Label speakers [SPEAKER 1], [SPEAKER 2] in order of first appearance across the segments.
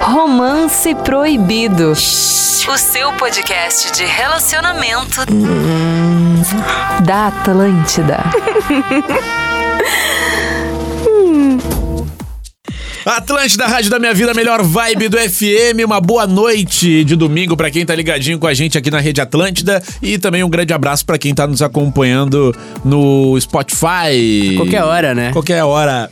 [SPEAKER 1] Romance Proibido. O seu podcast de relacionamento da Atlântida.
[SPEAKER 2] Atlântida, Rádio da Minha Vida, melhor vibe do FM. Uma boa noite de domingo pra quem tá ligadinho com a gente aqui na Rede Atlântida. E também um grande abraço pra quem tá nos acompanhando no Spotify.
[SPEAKER 3] Qualquer hora, né?
[SPEAKER 2] Qualquer hora.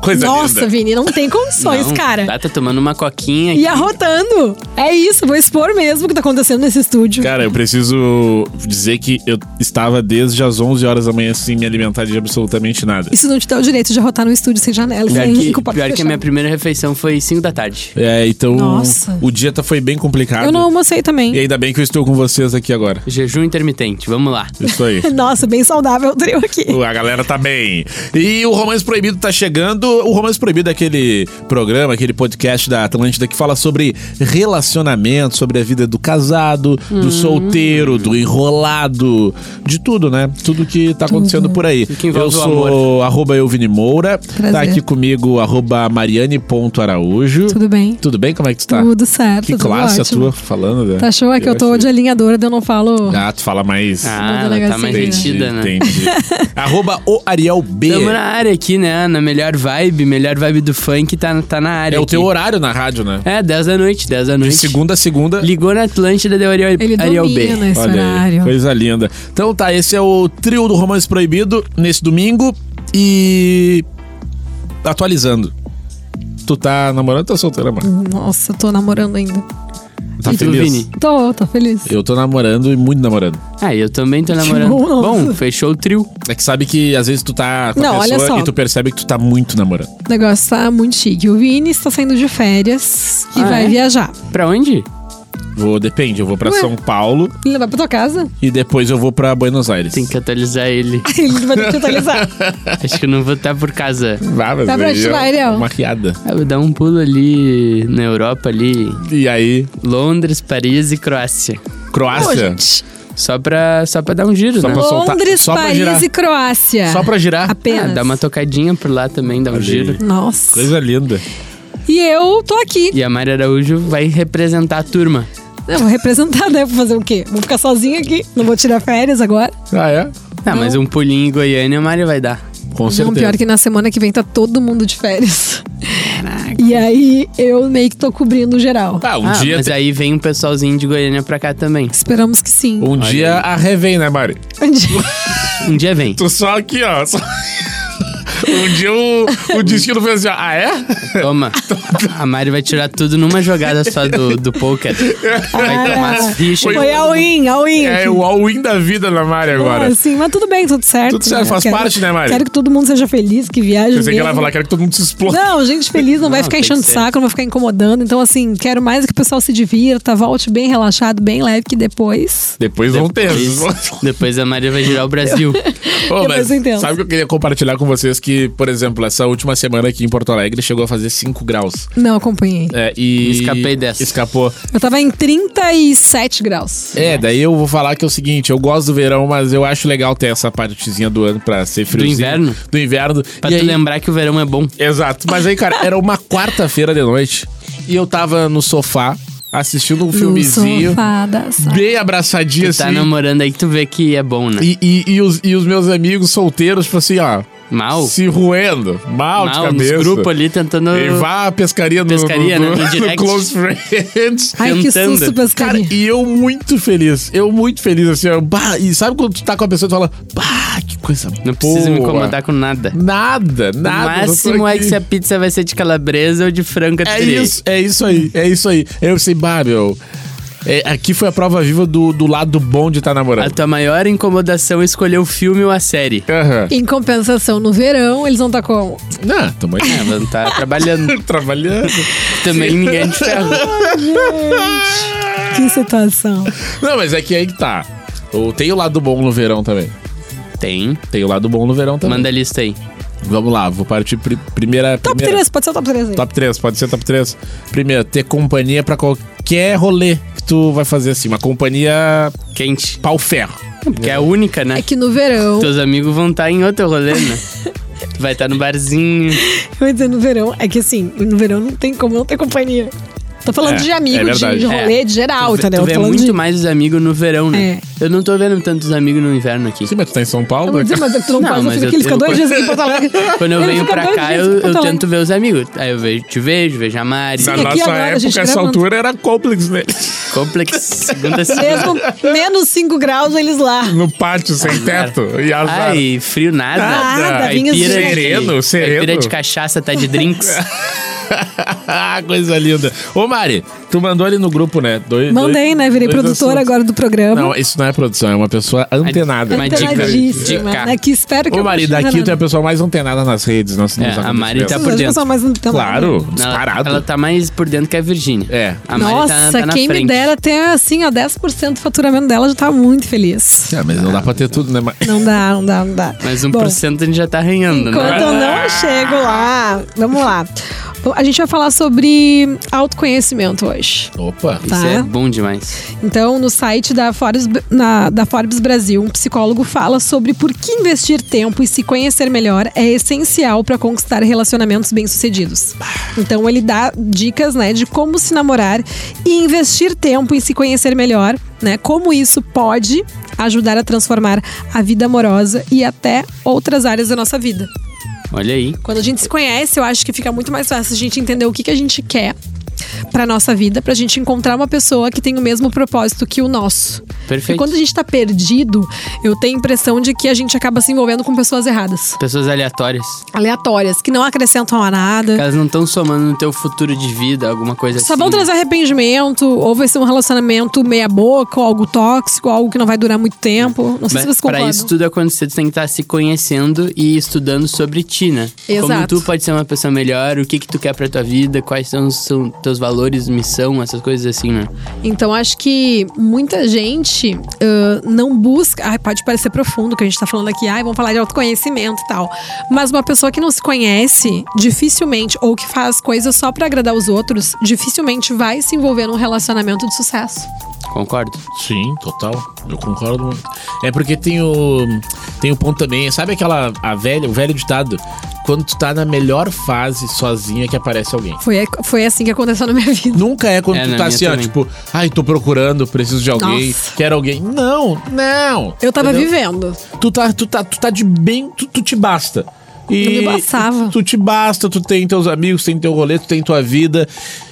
[SPEAKER 2] Coisa
[SPEAKER 4] Nossa,
[SPEAKER 2] linda.
[SPEAKER 4] Vini, não tem condições,
[SPEAKER 3] Não,
[SPEAKER 4] cara.
[SPEAKER 3] Tá, tá tomando uma coquinha aqui.
[SPEAKER 4] E arrotando. É isso, vou expor mesmo o que tá acontecendo nesse estúdio.
[SPEAKER 2] Cara, eu preciso dizer que eu estava desde as 11 horas da manhã sem me alimentar de absolutamente nada.
[SPEAKER 4] Isso não te dá o direito de arrotar no estúdio sem janela,
[SPEAKER 3] Pior,
[SPEAKER 4] sem
[SPEAKER 3] que,
[SPEAKER 4] com porta
[SPEAKER 3] pior que a minha
[SPEAKER 4] fechada.
[SPEAKER 3] primeira refeição foi 5 da tarde.
[SPEAKER 2] É, então
[SPEAKER 4] Nossa.
[SPEAKER 2] o dia tá, foi bem complicado.
[SPEAKER 4] Eu não almocei também.
[SPEAKER 2] E ainda bem que eu estou com vocês aqui agora.
[SPEAKER 3] Jejum intermitente, vamos lá.
[SPEAKER 2] Isso aí.
[SPEAKER 4] Nossa, bem saudável o trio aqui.
[SPEAKER 2] A galera tá bem. E o Romance Proibido tá chegando. O Romance Proibido é aquele programa, aquele podcast da Atlântida que fala sobre relacionamento, sobre a vida do casado,
[SPEAKER 4] Hum.
[SPEAKER 2] do solteiro, do enrolado, de tudo, né? Tudo que tá acontecendo por aí. eu
[SPEAKER 3] que envolve o
[SPEAKER 2] sou arroba Elvini Moura. Tá aqui comigo arroba Mariane.araújo.
[SPEAKER 4] Tudo bem?
[SPEAKER 2] Tudo bem? Como é que tu tá?
[SPEAKER 4] Tudo certo.
[SPEAKER 2] que
[SPEAKER 4] tudo
[SPEAKER 2] classe
[SPEAKER 4] ótimo.
[SPEAKER 2] a tua falando, né?
[SPEAKER 4] Tá show é que eu tô de alinhadora, daí eu não falo.
[SPEAKER 2] Ah, tu fala mais.
[SPEAKER 3] Ah,
[SPEAKER 4] Uma
[SPEAKER 3] ela tá mais
[SPEAKER 4] delegacia.
[SPEAKER 3] metida, né?
[SPEAKER 2] Entendi. Arroba o Ariel B.
[SPEAKER 3] Tamo na área aqui, né? Na melhor vibe, melhor vibe do funk, tá, tá na área.
[SPEAKER 2] É o
[SPEAKER 3] aqui.
[SPEAKER 2] teu horário na rádio, né?
[SPEAKER 3] É, 10 da noite, 10 da
[SPEAKER 2] De
[SPEAKER 3] noite.
[SPEAKER 2] segunda a segunda.
[SPEAKER 3] Ligou na Atlântida, deu Ariel,
[SPEAKER 4] Ele
[SPEAKER 3] Ariel
[SPEAKER 4] domina né?
[SPEAKER 3] B.
[SPEAKER 4] nesse
[SPEAKER 2] Olha aí,
[SPEAKER 4] horário.
[SPEAKER 2] coisa linda. Então tá, esse é o trio do Romance Proibido nesse domingo e. Atualizando. Tu tá namorando ou tá solteira, mano?
[SPEAKER 4] Nossa, eu tô namorando ainda.
[SPEAKER 2] Tá
[SPEAKER 3] Uhum. E tu,
[SPEAKER 2] feliz?
[SPEAKER 3] Vini?
[SPEAKER 4] Tô, tô feliz.
[SPEAKER 2] Eu tô namorando e muito namorando.
[SPEAKER 3] Ah, eu também tô namorando.
[SPEAKER 4] bom, nossa.
[SPEAKER 3] Bom, fechou o trio.
[SPEAKER 2] É que sabe que às vezes tu tá com
[SPEAKER 4] Não,
[SPEAKER 2] a
[SPEAKER 4] olha
[SPEAKER 2] pessoa
[SPEAKER 4] só.
[SPEAKER 2] e tu percebe que tu tá muito namorando.
[SPEAKER 4] O negócio tá muito chique. O Vini está saindo de férias e
[SPEAKER 3] Ah,
[SPEAKER 4] vai
[SPEAKER 3] é?
[SPEAKER 4] viajar.
[SPEAKER 3] Pra onde?
[SPEAKER 2] Vou, depende, eu vou pra
[SPEAKER 4] Ué.
[SPEAKER 2] São Paulo
[SPEAKER 4] Ele vai pra tua casa?
[SPEAKER 2] e depois eu vou pra Buenos Aires.
[SPEAKER 3] Tem que atualizar ele.
[SPEAKER 4] Ele vai ter que atualizar.
[SPEAKER 2] Tá
[SPEAKER 3] Acho que eu não vou estar por casa.
[SPEAKER 2] Vá, mas
[SPEAKER 4] Dá pra
[SPEAKER 2] aí
[SPEAKER 4] te
[SPEAKER 2] é
[SPEAKER 4] lá, Ariel?
[SPEAKER 2] Uma riada.
[SPEAKER 3] Ah, Eu vou dar um pulo ali na Europa, ali.
[SPEAKER 2] E aí,
[SPEAKER 3] Londres, Paris e Croácia.
[SPEAKER 2] Croácia?
[SPEAKER 4] Gente,
[SPEAKER 3] Só pra, só pra dar um giro,
[SPEAKER 2] Então, Só
[SPEAKER 3] né?
[SPEAKER 2] pra soltar-
[SPEAKER 4] Londres,
[SPEAKER 2] só pra
[SPEAKER 4] Paris
[SPEAKER 2] girar.
[SPEAKER 4] e Croácia.
[SPEAKER 2] Só pra girar?
[SPEAKER 4] Apenas.
[SPEAKER 3] Ah, dá uma tocadinha por lá também, dá um
[SPEAKER 2] Olha aí.
[SPEAKER 3] giro.
[SPEAKER 4] Nossa.
[SPEAKER 2] Coisa linda.
[SPEAKER 4] E eu tô aqui.
[SPEAKER 3] E a Mari Araújo vai representar a turma.
[SPEAKER 4] Eu vou representar, né? Vou fazer o quê? Vou ficar sozinha aqui. Não vou tirar férias agora.
[SPEAKER 2] Ah, é?
[SPEAKER 3] Ah, mas um pulinho em Goiânia a Mari vai dar.
[SPEAKER 2] Com certeza.
[SPEAKER 4] Não, é um pior que na semana que vem tá todo mundo de férias. E aí eu meio que tô cobrindo geral.
[SPEAKER 2] Ah, um
[SPEAKER 3] ah,
[SPEAKER 2] dia.
[SPEAKER 3] mas
[SPEAKER 4] é-
[SPEAKER 2] te-
[SPEAKER 3] aí vem um pessoalzinho de Goiânia pra cá também.
[SPEAKER 4] Esperamos que sim.
[SPEAKER 2] Um dia a revém, né, Mari?
[SPEAKER 3] Um dia vem.
[SPEAKER 2] Tu só aqui, ó. só- um dia o, o destino fez assim, ó. Ah, é?
[SPEAKER 3] Toma. A Mari vai tirar tudo numa jogada só do, do poker. Vai tomar as fichas.
[SPEAKER 4] Foi all-in, all-in.
[SPEAKER 2] É o all-in da vida na Mari agora.
[SPEAKER 4] Ah, sim, mas tudo bem, tudo certo.
[SPEAKER 2] Tudo certo, faz
[SPEAKER 4] Quero-
[SPEAKER 2] parte, né, Mari?
[SPEAKER 4] Quero que todo mundo seja feliz, que viaje.
[SPEAKER 2] Eu sei que é ela vai
[SPEAKER 4] mesmo.
[SPEAKER 2] falar, quero que todo mundo se exploda.
[SPEAKER 4] Não, gente feliz não, vai
[SPEAKER 3] Não,
[SPEAKER 4] ficar
[SPEAKER 3] tem
[SPEAKER 4] enchendo o
[SPEAKER 3] que ser.
[SPEAKER 4] saco, não vai ficar incomodando. Então, assim, quero mais que o pessoal se divirta, volte bem relaxado, bem leve, que depois.
[SPEAKER 2] Depois vão ter.
[SPEAKER 3] Depois, depois a Mari vai girar o Brasil.
[SPEAKER 2] Ô,
[SPEAKER 4] Depois
[SPEAKER 2] mas
[SPEAKER 4] eu entendo.
[SPEAKER 2] sabe o que eu queria compartilhar com vocês? Que, por exemplo, essa última semana aqui em Porto Alegre chegou a fazer 5 graus.
[SPEAKER 4] Não, acompanhei.
[SPEAKER 2] É, e...
[SPEAKER 3] Me escapei dessa.
[SPEAKER 2] Escapou.
[SPEAKER 4] Eu tava em 37 graus.
[SPEAKER 2] É, daí eu vou falar que é o seguinte, eu gosto do verão, mas eu acho legal ter essa partezinha do ano pra ser friozinho.
[SPEAKER 3] inverno?
[SPEAKER 2] Do inverno.
[SPEAKER 3] Pra
[SPEAKER 2] E
[SPEAKER 3] tu
[SPEAKER 2] aí-
[SPEAKER 3] lembrar que o verão é bom.
[SPEAKER 2] Exato. Mas aí, cara, era uma quarta-feira de noite e eu tava no sofá assistindo um
[SPEAKER 4] No
[SPEAKER 2] filmezinho,
[SPEAKER 4] sofá da sala.
[SPEAKER 2] bem abraçadinho
[SPEAKER 3] Tu tá
[SPEAKER 2] assim.
[SPEAKER 3] namorando aí que tu vê que é bom, né?
[SPEAKER 2] E, e, e os, e os meus amigos solteiros, tipo assim, ó,
[SPEAKER 3] Mal.
[SPEAKER 2] se ruendo, mal, de
[SPEAKER 3] mal, nos
[SPEAKER 2] cabeça.
[SPEAKER 3] grupos um ali tentando...
[SPEAKER 2] E vá à pescaria no,
[SPEAKER 3] Pescaria,
[SPEAKER 2] no,
[SPEAKER 3] né? No
[SPEAKER 2] no
[SPEAKER 3] direct.
[SPEAKER 2] Close Friends.
[SPEAKER 4] Ai, que
[SPEAKER 3] tentando.
[SPEAKER 4] susto,
[SPEAKER 2] Cara,
[SPEAKER 4] pescaria.
[SPEAKER 2] e eu muito feliz. Eu muito feliz, assim. ó, bah, e sabe quando tu tá com a pessoa e tu fala, bah, que coisa
[SPEAKER 3] Não precisa me incomodar com nada.
[SPEAKER 2] Nada, nada.
[SPEAKER 3] o
[SPEAKER 2] eu tô
[SPEAKER 3] máximo é
[SPEAKER 2] aqui.
[SPEAKER 3] que se a pizza vai ser de calabresa ou de frango
[SPEAKER 2] É
[SPEAKER 3] atire.
[SPEAKER 2] isso, é isso aí, é isso aí. Eu sei, bah, meu. é, aqui foi a prova viva do, do lado bom de estar
[SPEAKER 3] A
[SPEAKER 2] namorando.
[SPEAKER 3] tua maior incomodação é escolher o filme ou a série.
[SPEAKER 2] Aham.
[SPEAKER 4] Em compensação, no verão, eles vão estar com.
[SPEAKER 2] Não, tamo aí.
[SPEAKER 3] É, vamos tá trabalhando.
[SPEAKER 2] Trabalhando.
[SPEAKER 3] Também ninguém é de ferro.
[SPEAKER 4] Que situação.
[SPEAKER 2] Não, mas é que aí que tá. Ou Tem o lado bom no verão também.
[SPEAKER 3] Tem.
[SPEAKER 2] Tem o lado Tá bom no verão também.
[SPEAKER 3] Manda a lista aí.
[SPEAKER 2] Vamos lá, vou partir pri primeira.
[SPEAKER 4] Top
[SPEAKER 2] primeira.
[SPEAKER 4] 3, pode ser o top 3 aí.
[SPEAKER 2] Top 3, pode ser top 3. Primeiro, ter companhia pra qualquer rolê que tu vai fazer assim. Uma companhia
[SPEAKER 3] Quente.
[SPEAKER 2] pau-ferro.
[SPEAKER 3] Porque é a única, né?
[SPEAKER 4] É que no verão.
[SPEAKER 3] Teus amigos vão estar em outro tá rolê, né? Vai estar no barzinho.
[SPEAKER 4] Eu ia dizer no verão. É que assim, no verão não tem como não ter companhia. Tô falando
[SPEAKER 2] É,
[SPEAKER 4] de amigo,
[SPEAKER 2] é
[SPEAKER 4] de,
[SPEAKER 2] verdade.
[SPEAKER 4] de rolê, de
[SPEAKER 2] Ah,
[SPEAKER 3] tu
[SPEAKER 4] geral,
[SPEAKER 3] vê,
[SPEAKER 4] entendeu?
[SPEAKER 3] tu vê
[SPEAKER 4] Tô falando
[SPEAKER 3] muito
[SPEAKER 4] de...
[SPEAKER 3] mais os amigos no verão, né?
[SPEAKER 2] É.
[SPEAKER 3] Eu não tô vendo tantos amigos no inverno aqui.
[SPEAKER 2] Sim, mas tu tá em São Paulo?
[SPEAKER 4] Não, mas,
[SPEAKER 2] né, cara?
[SPEAKER 4] mas é tu não,
[SPEAKER 3] Não,
[SPEAKER 4] faz,
[SPEAKER 3] mas
[SPEAKER 4] fica,
[SPEAKER 3] eu-
[SPEAKER 4] ele fica
[SPEAKER 3] eu-
[SPEAKER 4] dois dias em Porto Alegre.
[SPEAKER 3] Quando eu
[SPEAKER 4] Ele
[SPEAKER 3] venho
[SPEAKER 4] fica
[SPEAKER 3] pra
[SPEAKER 4] dois
[SPEAKER 3] cá, eu,
[SPEAKER 4] dias em Porto
[SPEAKER 3] eu
[SPEAKER 4] Alegre.
[SPEAKER 3] tento ver os amigos. Aí eu vejo, te vejo, vejo a
[SPEAKER 2] Na
[SPEAKER 3] Mari.
[SPEAKER 4] Sim, aqui
[SPEAKER 2] nossa
[SPEAKER 4] agora, a gente
[SPEAKER 2] época,
[SPEAKER 4] um
[SPEAKER 2] essa
[SPEAKER 4] gravando.
[SPEAKER 2] altura era complex, né?
[SPEAKER 3] Complexo, segunda segunda.
[SPEAKER 4] Mesmo menos 5 graus, eles lá.
[SPEAKER 2] No pátio, sem teto. E azar.
[SPEAKER 3] Ai, frio nada.
[SPEAKER 4] Nada,
[SPEAKER 3] Caipira
[SPEAKER 4] vinhos
[SPEAKER 3] de-
[SPEAKER 2] Sereno, sereno.
[SPEAKER 3] Caipira de cachaça, tá de drinks.
[SPEAKER 2] Coisa linda. Ô, Mari, tu mandou ali no grupo, né? Dois,
[SPEAKER 4] Mandei,
[SPEAKER 2] dois-
[SPEAKER 4] né? Virei
[SPEAKER 2] dois
[SPEAKER 4] produtora
[SPEAKER 2] assuntos.
[SPEAKER 4] agora do programa.
[SPEAKER 2] Não, isso não é produção, é uma pessoa
[SPEAKER 4] É
[SPEAKER 2] antenada.
[SPEAKER 3] Uma dica.
[SPEAKER 4] Antenadíssima,
[SPEAKER 3] Dica.
[SPEAKER 4] né? Que espero que
[SPEAKER 2] Ô,
[SPEAKER 4] eu
[SPEAKER 2] Mari,
[SPEAKER 4] não
[SPEAKER 2] daqui
[SPEAKER 4] esteja
[SPEAKER 2] tu é a pessoa mais antenada nas redes. Não, se não
[SPEAKER 3] É,
[SPEAKER 2] nos
[SPEAKER 3] a
[SPEAKER 2] acontece.
[SPEAKER 3] Mari tá
[SPEAKER 4] errada.
[SPEAKER 3] por
[SPEAKER 4] As
[SPEAKER 3] dentro.
[SPEAKER 4] pessoas mais antenadas.
[SPEAKER 2] Claro, disparado.
[SPEAKER 3] Ela, ela tá mais por dentro que a Virgínia.
[SPEAKER 2] É.
[SPEAKER 3] A Mari
[SPEAKER 4] Nossa,
[SPEAKER 3] tá, tá na
[SPEAKER 4] quem me
[SPEAKER 3] frente.
[SPEAKER 4] dera ter assim, ó, 10% do faturamento dela já tá muito feliz.
[SPEAKER 2] É, mas não dá pra ter tudo, né? Mari?
[SPEAKER 4] Não dá, não dá, não dá.
[SPEAKER 3] Mas 1%
[SPEAKER 4] Bom,
[SPEAKER 3] a gente já tá arranhando,
[SPEAKER 4] Enquanto
[SPEAKER 3] um né?
[SPEAKER 4] eu não chego lá, vamos lá. Bom, A gente vai falar sobre autoconhecimento hoje.
[SPEAKER 2] Opa.
[SPEAKER 4] Tá.
[SPEAKER 3] Isso é bom demais.
[SPEAKER 4] Então, no site da Forbes, na- da Forbes Brasil, um psicólogo fala sobre por que investir tempo e se conhecer melhor é essencial para conquistar relacionamentos bem-sucedidos. Então, ele dá dicas né, de como se namorar e investir tempo em se conhecer melhor, né? Como isso pode ajudar a transformar a vida amorosa e até outras áreas da nossa vida.
[SPEAKER 3] Olha aí.
[SPEAKER 4] Quando a gente se conhece, eu acho que fica muito mais fácil a gente entender o que, que a gente quer pra nossa vida, pra gente encontrar uma pessoa que tem o mesmo propósito que o nosso. Porque
[SPEAKER 3] Perfeito.
[SPEAKER 4] quando a gente tá perdido, eu tenho a impressão de que a gente acaba se envolvendo com pessoas erradas,
[SPEAKER 3] Pessoas aleatórias.
[SPEAKER 4] aleatórias, que não acrescentam a
[SPEAKER 3] que
[SPEAKER 4] nada.
[SPEAKER 3] Elas não estão somando no teu futuro de vida, alguma coisa
[SPEAKER 4] Só
[SPEAKER 3] assim.
[SPEAKER 4] vão trazer arrependimento, ou vai ser um relacionamento meia boca, ou algo tóxico, algo que não vai durar muito tempo. Não sei
[SPEAKER 3] Mas
[SPEAKER 4] se vocês
[SPEAKER 3] pra
[SPEAKER 4] concordam.
[SPEAKER 3] isso tudo acontecer, tu tem que estar se conhecendo e estudando sobre ti, né? Como
[SPEAKER 4] Exato.
[SPEAKER 3] tu pode ser uma pessoa melhor, o que que tu quer pra tua vida, quais são os seu- teus valores, missão, essas coisas assim, né?
[SPEAKER 4] Então acho que muita gente ãh, não busca. Ai, pode parecer profundo o que a gente tá falando aqui. Ai, vamos falar de autoconhecimento e tal. Mas uma pessoa que não se conhece, dificilmente, ou que faz coisas só pra agradar os outros, dificilmente vai se envolver num relacionamento de sucesso.
[SPEAKER 3] Concordo.
[SPEAKER 2] Sim, total. Eu concordo muito. É porque tem o. Tem o ponto também. Sabe aquela. A velha, o velho ditado? Quando tu tá na melhor fase sozinha é que aparece alguém.
[SPEAKER 4] Foi, foi assim que aconteceu na minha vida.
[SPEAKER 2] Nunca é quando
[SPEAKER 3] É,
[SPEAKER 2] tu
[SPEAKER 3] na
[SPEAKER 2] tá
[SPEAKER 3] minha
[SPEAKER 2] assim, ó,
[SPEAKER 3] também.
[SPEAKER 2] tipo, ai, tô procurando, preciso de alguém,
[SPEAKER 4] Nossa.
[SPEAKER 2] quero alguém. Não, não.
[SPEAKER 4] Eu tava
[SPEAKER 2] Entendeu?
[SPEAKER 4] vivendo.
[SPEAKER 2] Tu tá, tu tá, tu tá de bem, tu, tu te basta. E
[SPEAKER 4] Eu me bastava.
[SPEAKER 2] Tu te basta, tu tem teus amigos, tem teu rolê, tu tem tua vida.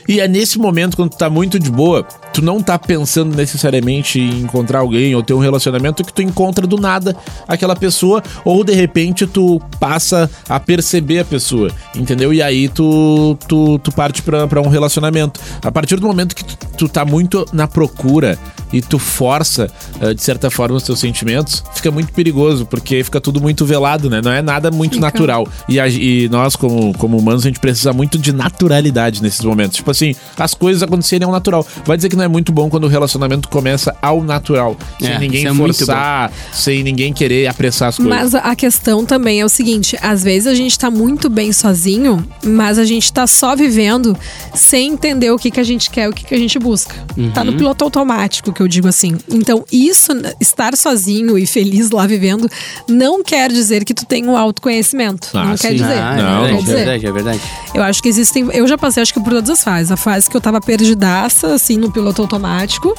[SPEAKER 2] E é nesse momento, quando tu tá muito de boa, tu não tá pensando necessariamente em encontrar alguém ou ter um relacionamento que tu encontra do nada aquela pessoa, ou de repente tu passa a perceber a pessoa, entendeu? E aí tu, tu, tu parte pra, pra um relacionamento. A partir do momento que tu, tu tá muito na procura e tu força, eh, de certa forma, os teus sentimentos, fica muito perigoso, porque fica tudo muito velado, né? Não é nada muito natural. E, a- e nós, como, como humanos, a gente precisa muito de naturalidade nesses momentos. Tipo assim, as coisas acontecerem ao natural. Vai dizer que não é muito bom quando o relacionamento começa ao natural. Sem
[SPEAKER 3] É,
[SPEAKER 2] ninguém
[SPEAKER 3] isso é muito
[SPEAKER 2] forçar, sem ninguém querer apressar as coisas.
[SPEAKER 4] Mas a questão também é o seguinte: às vezes a gente tá muito bem sozinho, mas a gente tá só vivendo sem entender o que, que a gente quer, o que, que a gente busca. Tá
[SPEAKER 2] Uhum.
[SPEAKER 4] no piloto automático, que eu digo assim. Então, isso, n- estar sozinho e feliz lá vivendo, não quer dizer que tu tem um autoconhecimento.
[SPEAKER 2] Ah,
[SPEAKER 4] não quer
[SPEAKER 2] sim.
[SPEAKER 4] dizer.
[SPEAKER 3] Ah,
[SPEAKER 2] Não,
[SPEAKER 3] é
[SPEAKER 4] quer
[SPEAKER 3] verdade, é
[SPEAKER 4] dizer.
[SPEAKER 3] verdade, é verdade.
[SPEAKER 4] Eu acho que existem. Eu já passei, acho que por todas as fases. A fase que eu tava perdidaça, assim, no piloto automático.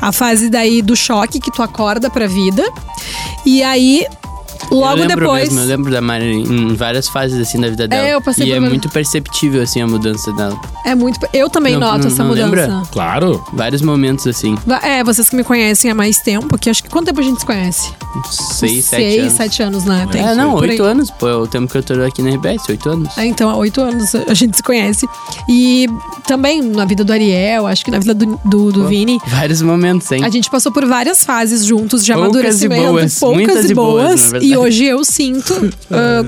[SPEAKER 4] A fase daí do choque que tu acorda pra vida. E aí, logo
[SPEAKER 3] eu lembro
[SPEAKER 4] depois.
[SPEAKER 3] Mesmo, eu lembro da Mari em várias fases assim da vida dela.
[SPEAKER 4] eu passei
[SPEAKER 3] E
[SPEAKER 4] por
[SPEAKER 3] é
[SPEAKER 4] várias-
[SPEAKER 3] muito perceptível assim a mudança dela.
[SPEAKER 4] É muito. Eu também
[SPEAKER 3] Não-
[SPEAKER 4] noto
[SPEAKER 3] não-
[SPEAKER 4] essa
[SPEAKER 3] não
[SPEAKER 4] mudança.
[SPEAKER 3] lembra?
[SPEAKER 2] Claro.
[SPEAKER 3] Vários momentos assim,
[SPEAKER 4] Va- É, vocês que me conhecem há mais tempo, que acho que quanto tempo a gente se conhece?
[SPEAKER 3] uns seis, sete
[SPEAKER 4] Seis,
[SPEAKER 3] anos.
[SPEAKER 4] sete anos, né? Tem-
[SPEAKER 3] É, não,
[SPEAKER 4] por aí.
[SPEAKER 3] oito anos, pô, é o tempo que eu tô aqui na RBS, oito anos.
[SPEAKER 4] É, então, há oito anos a gente se conhece. E também na vida do Ariel, acho que na vida do, do, do Vini.
[SPEAKER 3] Vários momentos, hein?
[SPEAKER 4] A gente passou por várias fases juntos de
[SPEAKER 3] Poucas
[SPEAKER 4] amadurecimento,
[SPEAKER 3] e boas,
[SPEAKER 4] poucas
[SPEAKER 3] muitas
[SPEAKER 4] e
[SPEAKER 3] e boas,
[SPEAKER 4] boas.
[SPEAKER 3] na verdade.
[SPEAKER 4] e hoje eu sinto ah,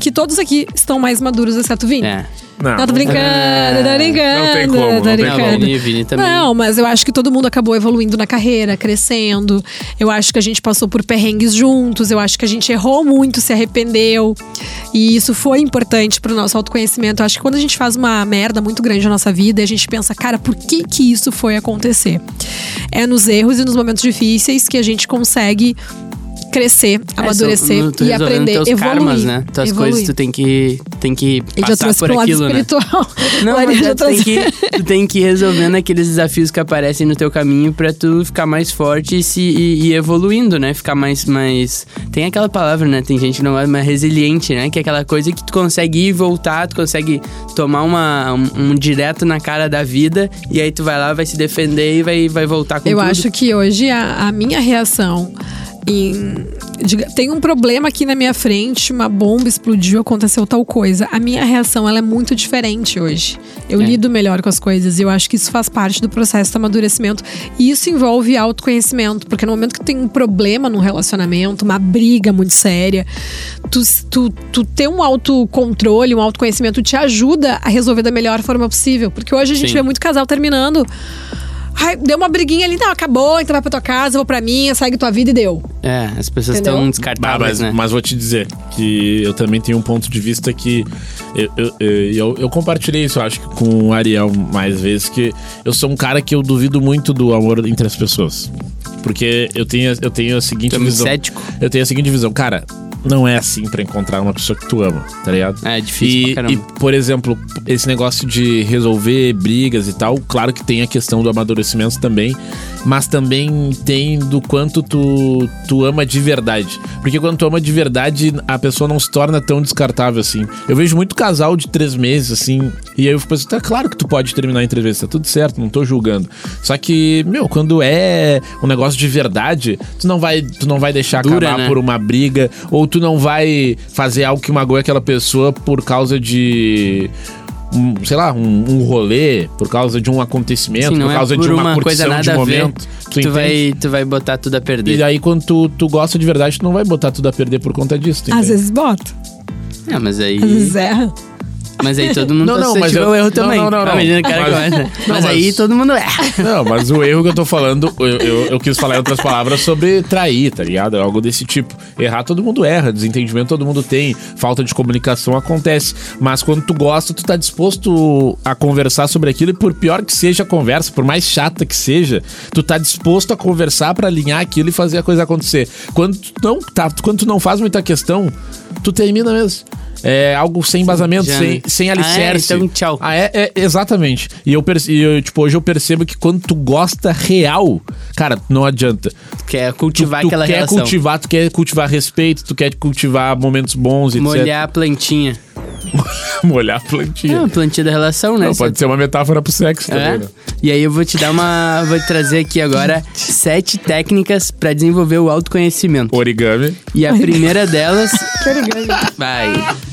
[SPEAKER 4] que todos aqui estão mais maduros, exceto o Vini.
[SPEAKER 3] É.
[SPEAKER 2] Não,
[SPEAKER 4] Não, tô brincando, tô brincando.
[SPEAKER 2] Não tem como, não
[SPEAKER 4] tô
[SPEAKER 2] tem
[SPEAKER 3] Não,
[SPEAKER 4] brincando.
[SPEAKER 3] Vini, Vini também.
[SPEAKER 4] Não, mas eu acho que todo mundo acabou evoluindo na carreira, crescendo. Eu acho que a gente passou por perrengues juntos. Eu acho que a gente errou muito, se arrependeu. E isso foi importante pro nosso autoconhecimento. Eu acho que quando a gente faz uma merda muito grande na nossa vida, a gente pensa, cara, por que que isso foi acontecer? É nos erros e nos momentos difíceis que a gente consegue crescer, amadurecer
[SPEAKER 3] tu
[SPEAKER 4] e
[SPEAKER 3] resolvendo
[SPEAKER 4] aprender,
[SPEAKER 3] teus
[SPEAKER 4] evoluir.
[SPEAKER 3] karmas, né? Tuas
[SPEAKER 4] evoluir.
[SPEAKER 3] coisas tu tem que, tem que
[SPEAKER 4] Ele já
[SPEAKER 3] passar
[SPEAKER 4] trouxe
[SPEAKER 3] por
[SPEAKER 4] pro lado
[SPEAKER 3] aquilo, né?
[SPEAKER 4] espiritual.
[SPEAKER 3] Não,
[SPEAKER 4] Laranja
[SPEAKER 3] mas é, tu, tem
[SPEAKER 4] trouxe-
[SPEAKER 3] que, tu tem que ir resolvendo aqueles desafios que aparecem no teu caminho pra tu ficar mais forte e, se, e, e evoluindo, né? Ficar mais, mais. Tem aquela palavra, né? Tem gente que não é mais resiliente, né? Que é aquela coisa que tu consegue ir e voltar, tu consegue tomar uma, um, um direto na cara da vida e aí tu vai lá, vai se defender e vai, vai voltar com
[SPEAKER 4] Eu
[SPEAKER 3] tudo.
[SPEAKER 4] acho que hoje a, a minha reação em. diga- tem um problema aqui na minha frente, uma bomba explodiu, aconteceu tal coisa. A minha reação ela é muito diferente hoje. Eu
[SPEAKER 3] É.
[SPEAKER 4] lido melhor com as coisas e eu acho que isso faz parte do processo do amadurecimento. E isso envolve autoconhecimento, porque no momento que tem um problema num relacionamento, uma briga muito séria, tu, tu, tu ter um autocontrole, um autoconhecimento te ajuda a resolver da melhor forma possível. Porque hoje a gente
[SPEAKER 3] Sim.
[SPEAKER 4] vê muito casal terminando. Ai, deu uma briguinha ali, não, acabou, então vai pra tua casa, eu vou pra minha, segue tua vida e deu.
[SPEAKER 3] É, as pessoas
[SPEAKER 4] Entendeu?
[SPEAKER 3] estão
[SPEAKER 2] Ah, mas,
[SPEAKER 3] descartáveis, né?
[SPEAKER 2] mas vou te dizer que eu também tenho um ponto de vista que eu, eu, eu, eu- eu compartilhei isso, acho que com o Ariel mais vezes, que eu sou um cara que eu duvido muito do amor entre as pessoas. Porque eu tenho, eu tenho a seguinte
[SPEAKER 3] Tu é muito
[SPEAKER 2] visão.
[SPEAKER 3] cético?
[SPEAKER 2] Eu tenho a seguinte visão, cara. Não é assim pra encontrar uma pessoa que tu ama, tá ligado?
[SPEAKER 3] É, é difícil
[SPEAKER 2] e,
[SPEAKER 3] pra caramba.
[SPEAKER 2] e, por exemplo, esse negócio de resolver brigas e tal, claro que tem a questão do amadurecimento também, mas também tem do quanto tu, tu ama de verdade. Porque quando tu ama de verdade, a pessoa não se torna tão descartável assim. Eu vejo muito casal de três meses, assim, e aí eu fico pensando, tá claro que tu pode terminar em três meses, tá tudo certo, não tô julgando. Só que, meu, quando é um negócio de verdade, tu não vai, tu não vai deixar
[SPEAKER 3] Dura,
[SPEAKER 2] acabar
[SPEAKER 3] né?
[SPEAKER 2] por uma briga, ou tu não vai fazer algo que magoe aquela pessoa por causa de. um, sei lá, um, um rolê, por causa de um acontecimento,
[SPEAKER 3] Sim, não
[SPEAKER 2] por
[SPEAKER 3] é
[SPEAKER 2] causa
[SPEAKER 3] por
[SPEAKER 2] de uma,
[SPEAKER 3] uma
[SPEAKER 2] curtição
[SPEAKER 3] coisa nada
[SPEAKER 2] de
[SPEAKER 3] a ver
[SPEAKER 2] momento.
[SPEAKER 3] Tu,
[SPEAKER 2] entende?
[SPEAKER 3] vai, tu vai botar tudo a perder.
[SPEAKER 2] E aí, quando tu, tu gosta de verdade, tu não vai botar tudo a perder por conta disso. tu
[SPEAKER 4] Às
[SPEAKER 2] entende?
[SPEAKER 4] vezes bota,
[SPEAKER 3] É, mas aí.
[SPEAKER 4] às vezes erra.
[SPEAKER 3] Mas aí todo mundo
[SPEAKER 2] Não, não, mas
[SPEAKER 3] suscetível
[SPEAKER 2] eu-
[SPEAKER 3] ao erro
[SPEAKER 2] não,
[SPEAKER 3] também.
[SPEAKER 2] não, não,
[SPEAKER 3] Tá
[SPEAKER 2] não.
[SPEAKER 3] medindo o cara que
[SPEAKER 2] Mas-
[SPEAKER 3] gosta.
[SPEAKER 2] não,
[SPEAKER 3] Mas aí
[SPEAKER 2] mas-
[SPEAKER 3] todo mundo é.
[SPEAKER 2] Não, mas o erro que eu tô falando, eu, eu, eu quis falar em outras palavras sobre trair, tá ligado? Algo desse tipo. Errar todo mundo erra, desentendimento todo mundo tem, falta de comunicação acontece. Mas quando tu gosta, tu tá disposto a conversar sobre aquilo e por pior que seja a conversa, por mais chata que seja, tu tá disposto a conversar pra alinhar aquilo e fazer a coisa acontecer. Quando tu não, tá, quando tu não faz muita questão, tu termina mesmo. É algo sem embasamento,
[SPEAKER 3] já,
[SPEAKER 2] sem,
[SPEAKER 3] né?
[SPEAKER 2] sem
[SPEAKER 3] Ah, é?
[SPEAKER 2] alicerce.
[SPEAKER 3] Então, tchau.
[SPEAKER 2] Ah, é, é, exatamente. E eu, perce- e eu, tipo, hoje eu percebo que quando tu gosta real, cara, não adianta.
[SPEAKER 3] Quer
[SPEAKER 2] Tu,
[SPEAKER 3] cultivar
[SPEAKER 2] tu
[SPEAKER 3] aquela
[SPEAKER 2] quer
[SPEAKER 3] relação.
[SPEAKER 2] cultivar, tu quer cultivar respeito, tu quer cultivar momentos bons, etc.
[SPEAKER 3] Molhar a plantinha.
[SPEAKER 2] Molhar a
[SPEAKER 3] É,
[SPEAKER 2] plantinha.
[SPEAKER 3] a plantinha da relação, né?
[SPEAKER 2] Não,
[SPEAKER 3] Só-
[SPEAKER 2] pode ser uma metáfora pro sexo
[SPEAKER 3] É.
[SPEAKER 2] também, né?
[SPEAKER 3] E aí eu vou te dar uma. Vou te trazer aqui agora sete técnicas pra desenvolver o autoconhecimento.
[SPEAKER 2] Origami.
[SPEAKER 3] E a primeira delas. Vai.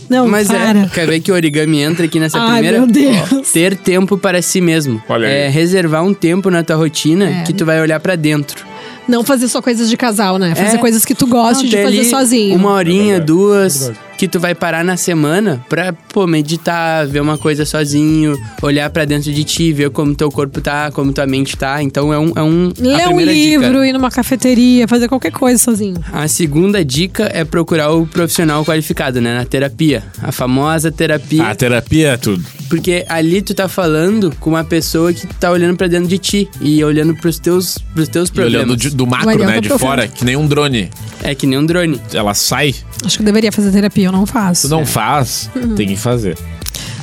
[SPEAKER 4] Não,
[SPEAKER 3] Mas é,
[SPEAKER 4] para.
[SPEAKER 3] quer ver que o origami entra aqui nessa
[SPEAKER 4] Ai,
[SPEAKER 3] primeira?
[SPEAKER 4] meu Deus.
[SPEAKER 3] Ter tempo para si mesmo.
[SPEAKER 2] Olha aí.
[SPEAKER 3] É reservar um tempo na tua rotina
[SPEAKER 4] É.
[SPEAKER 3] que tu vai olhar pra dentro.
[SPEAKER 4] Não fazer só coisas de casal, né? Fazer
[SPEAKER 3] É.
[SPEAKER 4] coisas que tu goste
[SPEAKER 3] Não,
[SPEAKER 4] de
[SPEAKER 3] tem
[SPEAKER 4] fazer
[SPEAKER 3] ali
[SPEAKER 4] sozinho.
[SPEAKER 3] Uma horinha,
[SPEAKER 2] verdade, é
[SPEAKER 3] duas,
[SPEAKER 2] verdade.
[SPEAKER 3] que tu vai parar na semana pra, pô, meditar, ver uma coisa sozinho, olhar pra dentro de ti, ver como teu corpo tá, como tua mente tá. Então é um. É um a
[SPEAKER 4] Ler um
[SPEAKER 3] primeira dica.
[SPEAKER 4] livro, ir numa cafeteria, fazer qualquer coisa sozinho.
[SPEAKER 3] A segunda dica é procurar o profissional qualificado, né? Na terapia. A famosa terapia.
[SPEAKER 2] A terapia é tudo.
[SPEAKER 3] Porque ali tu tá falando com uma pessoa que tá olhando pra dentro de ti e olhando pros teus, pros teus
[SPEAKER 2] E
[SPEAKER 3] problemas.
[SPEAKER 2] olhando de- do macro,
[SPEAKER 4] Olhando
[SPEAKER 2] né? De
[SPEAKER 4] profundo.
[SPEAKER 2] fora, que nem um drone.
[SPEAKER 3] É que nem um drone.
[SPEAKER 2] Ela sai,
[SPEAKER 4] Acho que eu deveria fazer terapia, eu não
[SPEAKER 2] tu
[SPEAKER 4] faço.
[SPEAKER 2] não faz, tem que fazer.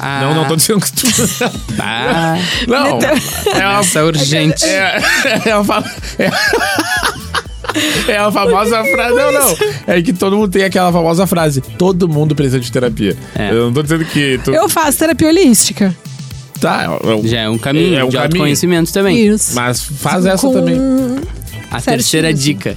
[SPEAKER 3] Ah,
[SPEAKER 2] Não, não tô dizendo que tu.
[SPEAKER 3] Ah,
[SPEAKER 2] não. É uma
[SPEAKER 3] essa é urgente.
[SPEAKER 2] É, é a, fa- é- é a famosa frase. Não, não. É que todo mundo tem aquela famosa frase. Todo mundo precisa de terapia.
[SPEAKER 3] É.
[SPEAKER 2] Eu não tô dizendo que tu.
[SPEAKER 4] Eu faço terapia holística.
[SPEAKER 2] Tá, eu- eu-
[SPEAKER 3] Já é um caminho
[SPEAKER 2] É um
[SPEAKER 3] de
[SPEAKER 2] caminho.
[SPEAKER 3] autoconhecimento também.
[SPEAKER 4] Isso.
[SPEAKER 2] Mas faz essa
[SPEAKER 4] Com-
[SPEAKER 2] também.
[SPEAKER 3] A
[SPEAKER 4] Certinho,
[SPEAKER 3] terceira
[SPEAKER 4] assim.
[SPEAKER 3] dica: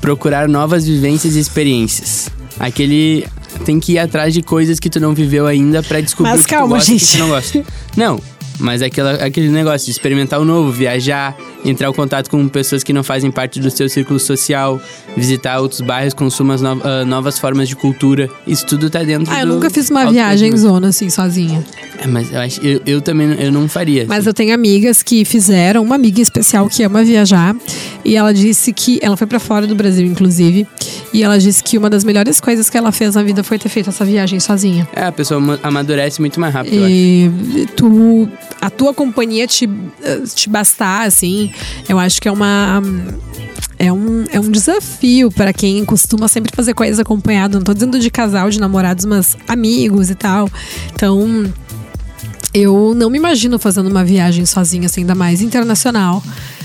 [SPEAKER 3] procurar novas vivências e experiências. Aquele. Tem que ir atrás de coisas que tu não viveu ainda pra descobrir
[SPEAKER 4] Mas
[SPEAKER 3] o que tu
[SPEAKER 4] calma,
[SPEAKER 3] gosta e o que
[SPEAKER 4] gente.
[SPEAKER 3] tu não gosta. Não, mas aquela, aquele negócio de experimentar o novo, viajar, entrar em contato com pessoas que não fazem parte do seu círculo social, visitar outros bairros, consumir as no- ah, novas formas de cultura. Isso tudo tá dentro
[SPEAKER 4] Ah, eu
[SPEAKER 3] do
[SPEAKER 4] nunca fiz uma
[SPEAKER 3] autoconhecimento.
[SPEAKER 4] viagem zona assim, sozinha.
[SPEAKER 3] É, mas eu, acho, eu, eu também eu não faria. assim.
[SPEAKER 4] Mas eu tenho amigas que fizeram, uma amiga em especial que ama viajar, e ela disse que ela foi pra fora do Brasil inclusive, e ela disse que uma das melhores coisas que ela fez na vida foi ter feito essa viagem sozinha.
[SPEAKER 3] É, a pessoa ama- amadurece muito mais rápido, eu acho.
[SPEAKER 4] E tu a tua companhia te eh, te bastar assim, eu acho que é uma hum, é um, é um desafio para quem costuma sempre fazer coisas acompanhado. Não tô dizendo de casal, de namorados, mas amigos e tal. Então, eu não me imagino fazendo uma viagem sozinha, assim, ainda mais internacional.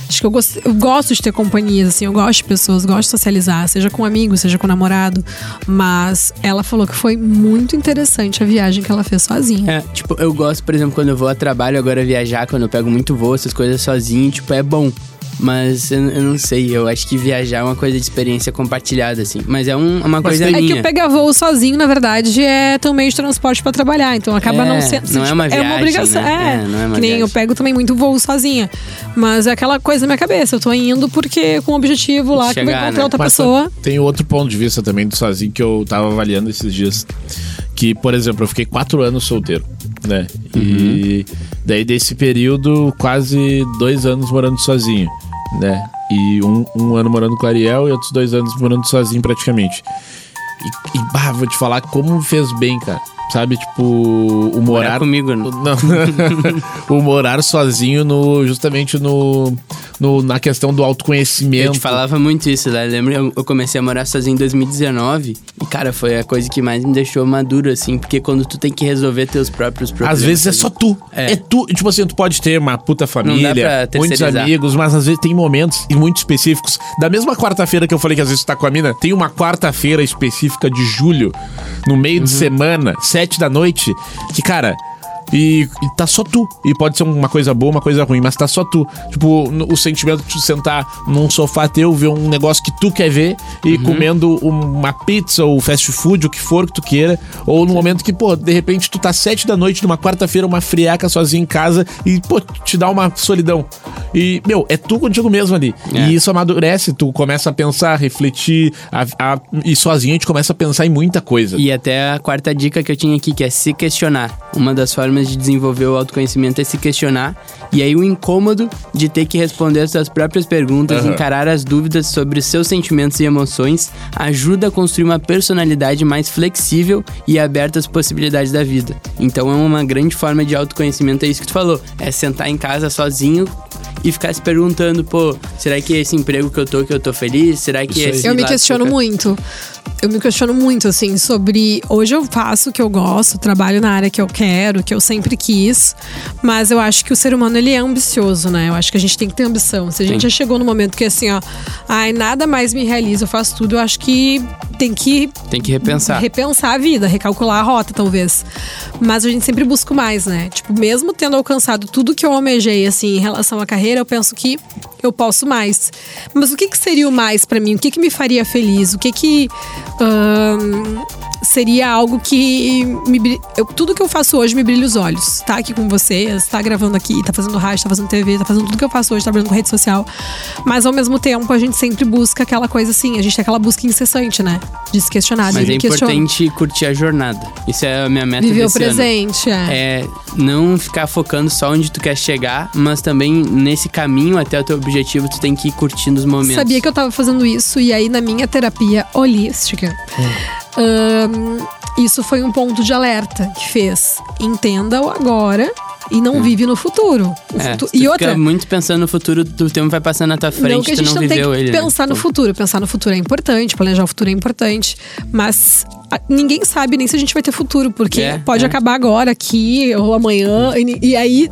[SPEAKER 4] Acho que eu gosto, eu gosto de ter companhias, assim, eu gosto de pessoas, gosto de socializar, seja com amigos, seja com namorado. Mas ela falou que foi muito interessante a viagem que ela fez sozinha.
[SPEAKER 3] É, tipo, eu gosto, por exemplo, quando eu vou a trabalho, agora viajar, quando eu pego muito voo, essas coisas sozinho, tipo, é bom. Mas eu, eu não sei, eu acho que viajar é uma coisa de experiência compartilhada, assim. Mas é um- uma coisa
[SPEAKER 4] É que
[SPEAKER 3] minha.
[SPEAKER 4] o pegar voo sozinho, na verdade, é teu meio de transporte para trabalhar. Então acaba
[SPEAKER 3] É,
[SPEAKER 4] não sendo.
[SPEAKER 3] não é uma
[SPEAKER 4] É
[SPEAKER 3] viagem,
[SPEAKER 4] uma obrigação.
[SPEAKER 3] né?
[SPEAKER 4] É,
[SPEAKER 3] É, não é uma
[SPEAKER 4] que nem eu
[SPEAKER 3] viagem.
[SPEAKER 4] pego também muito voo sozinha. Mas é aquela coisa na minha cabeça. Eu tô indo porque com o objetivo lá, que eu vou
[SPEAKER 3] Chegar,
[SPEAKER 4] encontrar
[SPEAKER 3] né?
[SPEAKER 4] outra
[SPEAKER 2] Mas
[SPEAKER 4] pessoa.
[SPEAKER 2] Tem outro ponto de vista também do sozinho que eu tava avaliando esses dias. Que, por exemplo, eu fiquei quatro anos solteiro, né? E daí desse período, quase dois anos morando sozinho, né? E um, um ano morando com o Ariel e outros dois anos morando sozinho praticamente. E, e bah, vou te falar como fez bem, cara. Sabe, tipo, o morar
[SPEAKER 3] Morar comigo, não.
[SPEAKER 2] não. o morar sozinho no justamente no, no- na questão do autoconhecimento.
[SPEAKER 3] Eu te falava muito isso, né? Lembro, eu- eu comecei a morar sozinho em 2019 e, cara, foi a coisa que mais me deixou maduro, assim, porque quando tu tem que resolver teus próprios problemas.
[SPEAKER 2] Às vezes é só tu. É.
[SPEAKER 3] É.
[SPEAKER 2] tu. Tipo assim, tu pode ter uma puta
[SPEAKER 3] Não dá
[SPEAKER 2] família,
[SPEAKER 3] pra
[SPEAKER 2] muitos
[SPEAKER 3] terceirizar.
[SPEAKER 2] amigos, mas às vezes tem momentos e muito específicos. Da mesma quarta-feira que eu falei que às vezes tu tá com a mina, tem uma quarta-feira específica de julho, no meio
[SPEAKER 3] Uhum.
[SPEAKER 2] de semana, sete da noite, que, cara. E, e tá só tu. E pode ser uma coisa boa, uma coisa ruim, mas tá só tu. Tipo, no- o sentimento de tu sentar num sofá teu, ver um negócio que tu quer ver e comendo uma pizza ou fast food, o que for que tu queira. Ou no momento que, pô, de repente tu tá sete da noite numa quarta-feira, uma friaca sozinho em casa e, pô, te dá uma solidão. E, meu, é tu contigo mesmo ali.
[SPEAKER 3] É.
[SPEAKER 2] E isso amadurece, tu começa a pensar, refletir, a- a- e sozinho a gente começa a pensar em muita coisa.
[SPEAKER 3] E até a quarta dica que eu tinha aqui, que é se questionar. Uma das formas de desenvolver o autoconhecimento é se questionar. E aí o incômodo de ter que responder as suas próprias perguntas,
[SPEAKER 2] Aham.
[SPEAKER 3] encarar as dúvidas sobre os seus sentimentos e emoções, ajuda a construir uma personalidade mais flexível e aberta às possibilidades da vida. Então é uma grande forma de autoconhecimento, é isso que tu falou. É sentar em casa sozinho e ficar se perguntando, pô, será que esse emprego que eu tô, que eu tô feliz? Será que
[SPEAKER 2] Isso aí.
[SPEAKER 3] esse
[SPEAKER 4] Eu me
[SPEAKER 3] lá-
[SPEAKER 4] questiono muito. Eu me questiono muito, assim, sobre. Hoje eu faço o que eu gosto, trabalho na área que eu quero, que eu sempre quis. Mas eu acho que o ser humano, ele é ambicioso, né? Eu acho que a gente tem que ter ambição. Se a gente já chegou no momento que, assim, ó, ai, nada mais me realiza, eu faço tudo, eu acho que tem que
[SPEAKER 3] Tem que repensar.
[SPEAKER 4] repensar a vida, recalcular a rota, talvez. Mas a gente sempre busca mais, né? Tipo, mesmo tendo alcançado tudo que eu almejei, assim, em relação à carreira, eu penso que eu posso mais. Mas o que, que seria o mais pra mim? O que, que me faria feliz? O que que. ahn, Seria algo que me bri- eu- tudo que eu faço hoje me brilha os olhos. Tá aqui com vocês, tá gravando aqui, tá fazendo rádio, tá fazendo TV, tá fazendo tudo que eu faço hoje, tá trabalhando com rede social. Mas ao mesmo tempo, a gente sempre busca aquela coisa assim, a gente tem aquela busca incessante, né? De se questionar,
[SPEAKER 3] Mas
[SPEAKER 4] de
[SPEAKER 3] é
[SPEAKER 4] questionar.
[SPEAKER 3] importante curtir a jornada. Isso é a minha meta
[SPEAKER 4] Viver o
[SPEAKER 3] desse ano.
[SPEAKER 4] presente, é.
[SPEAKER 3] É não ficar focando só onde tu quer chegar, mas também nesse caminho até o teu objetivo, tu tem que ir curtindo os momentos.
[SPEAKER 4] Sabia que eu tava fazendo isso e aí na minha terapia holística.
[SPEAKER 3] É.
[SPEAKER 4] ahn, isso foi um ponto de alerta que fez. Entenda o agora e não vive no futuro. O
[SPEAKER 3] Hum. é,
[SPEAKER 4] futu-
[SPEAKER 3] se tu
[SPEAKER 4] E
[SPEAKER 3] fica
[SPEAKER 4] outra.
[SPEAKER 3] muito pensando no futuro, o tempo vai passar na tua frente,
[SPEAKER 4] não que a
[SPEAKER 3] tu
[SPEAKER 4] gente
[SPEAKER 3] não
[SPEAKER 4] não, tem que
[SPEAKER 3] viveu ele. né?
[SPEAKER 4] pensar no
[SPEAKER 3] Então,
[SPEAKER 4] futuro. Pensar no futuro é importante, planejar o futuro é importante. Mas a- ninguém sabe nem se a gente vai ter futuro, porque
[SPEAKER 3] É,
[SPEAKER 4] pode
[SPEAKER 3] é.
[SPEAKER 4] acabar agora, aqui ou amanhã. E, ni- e aí,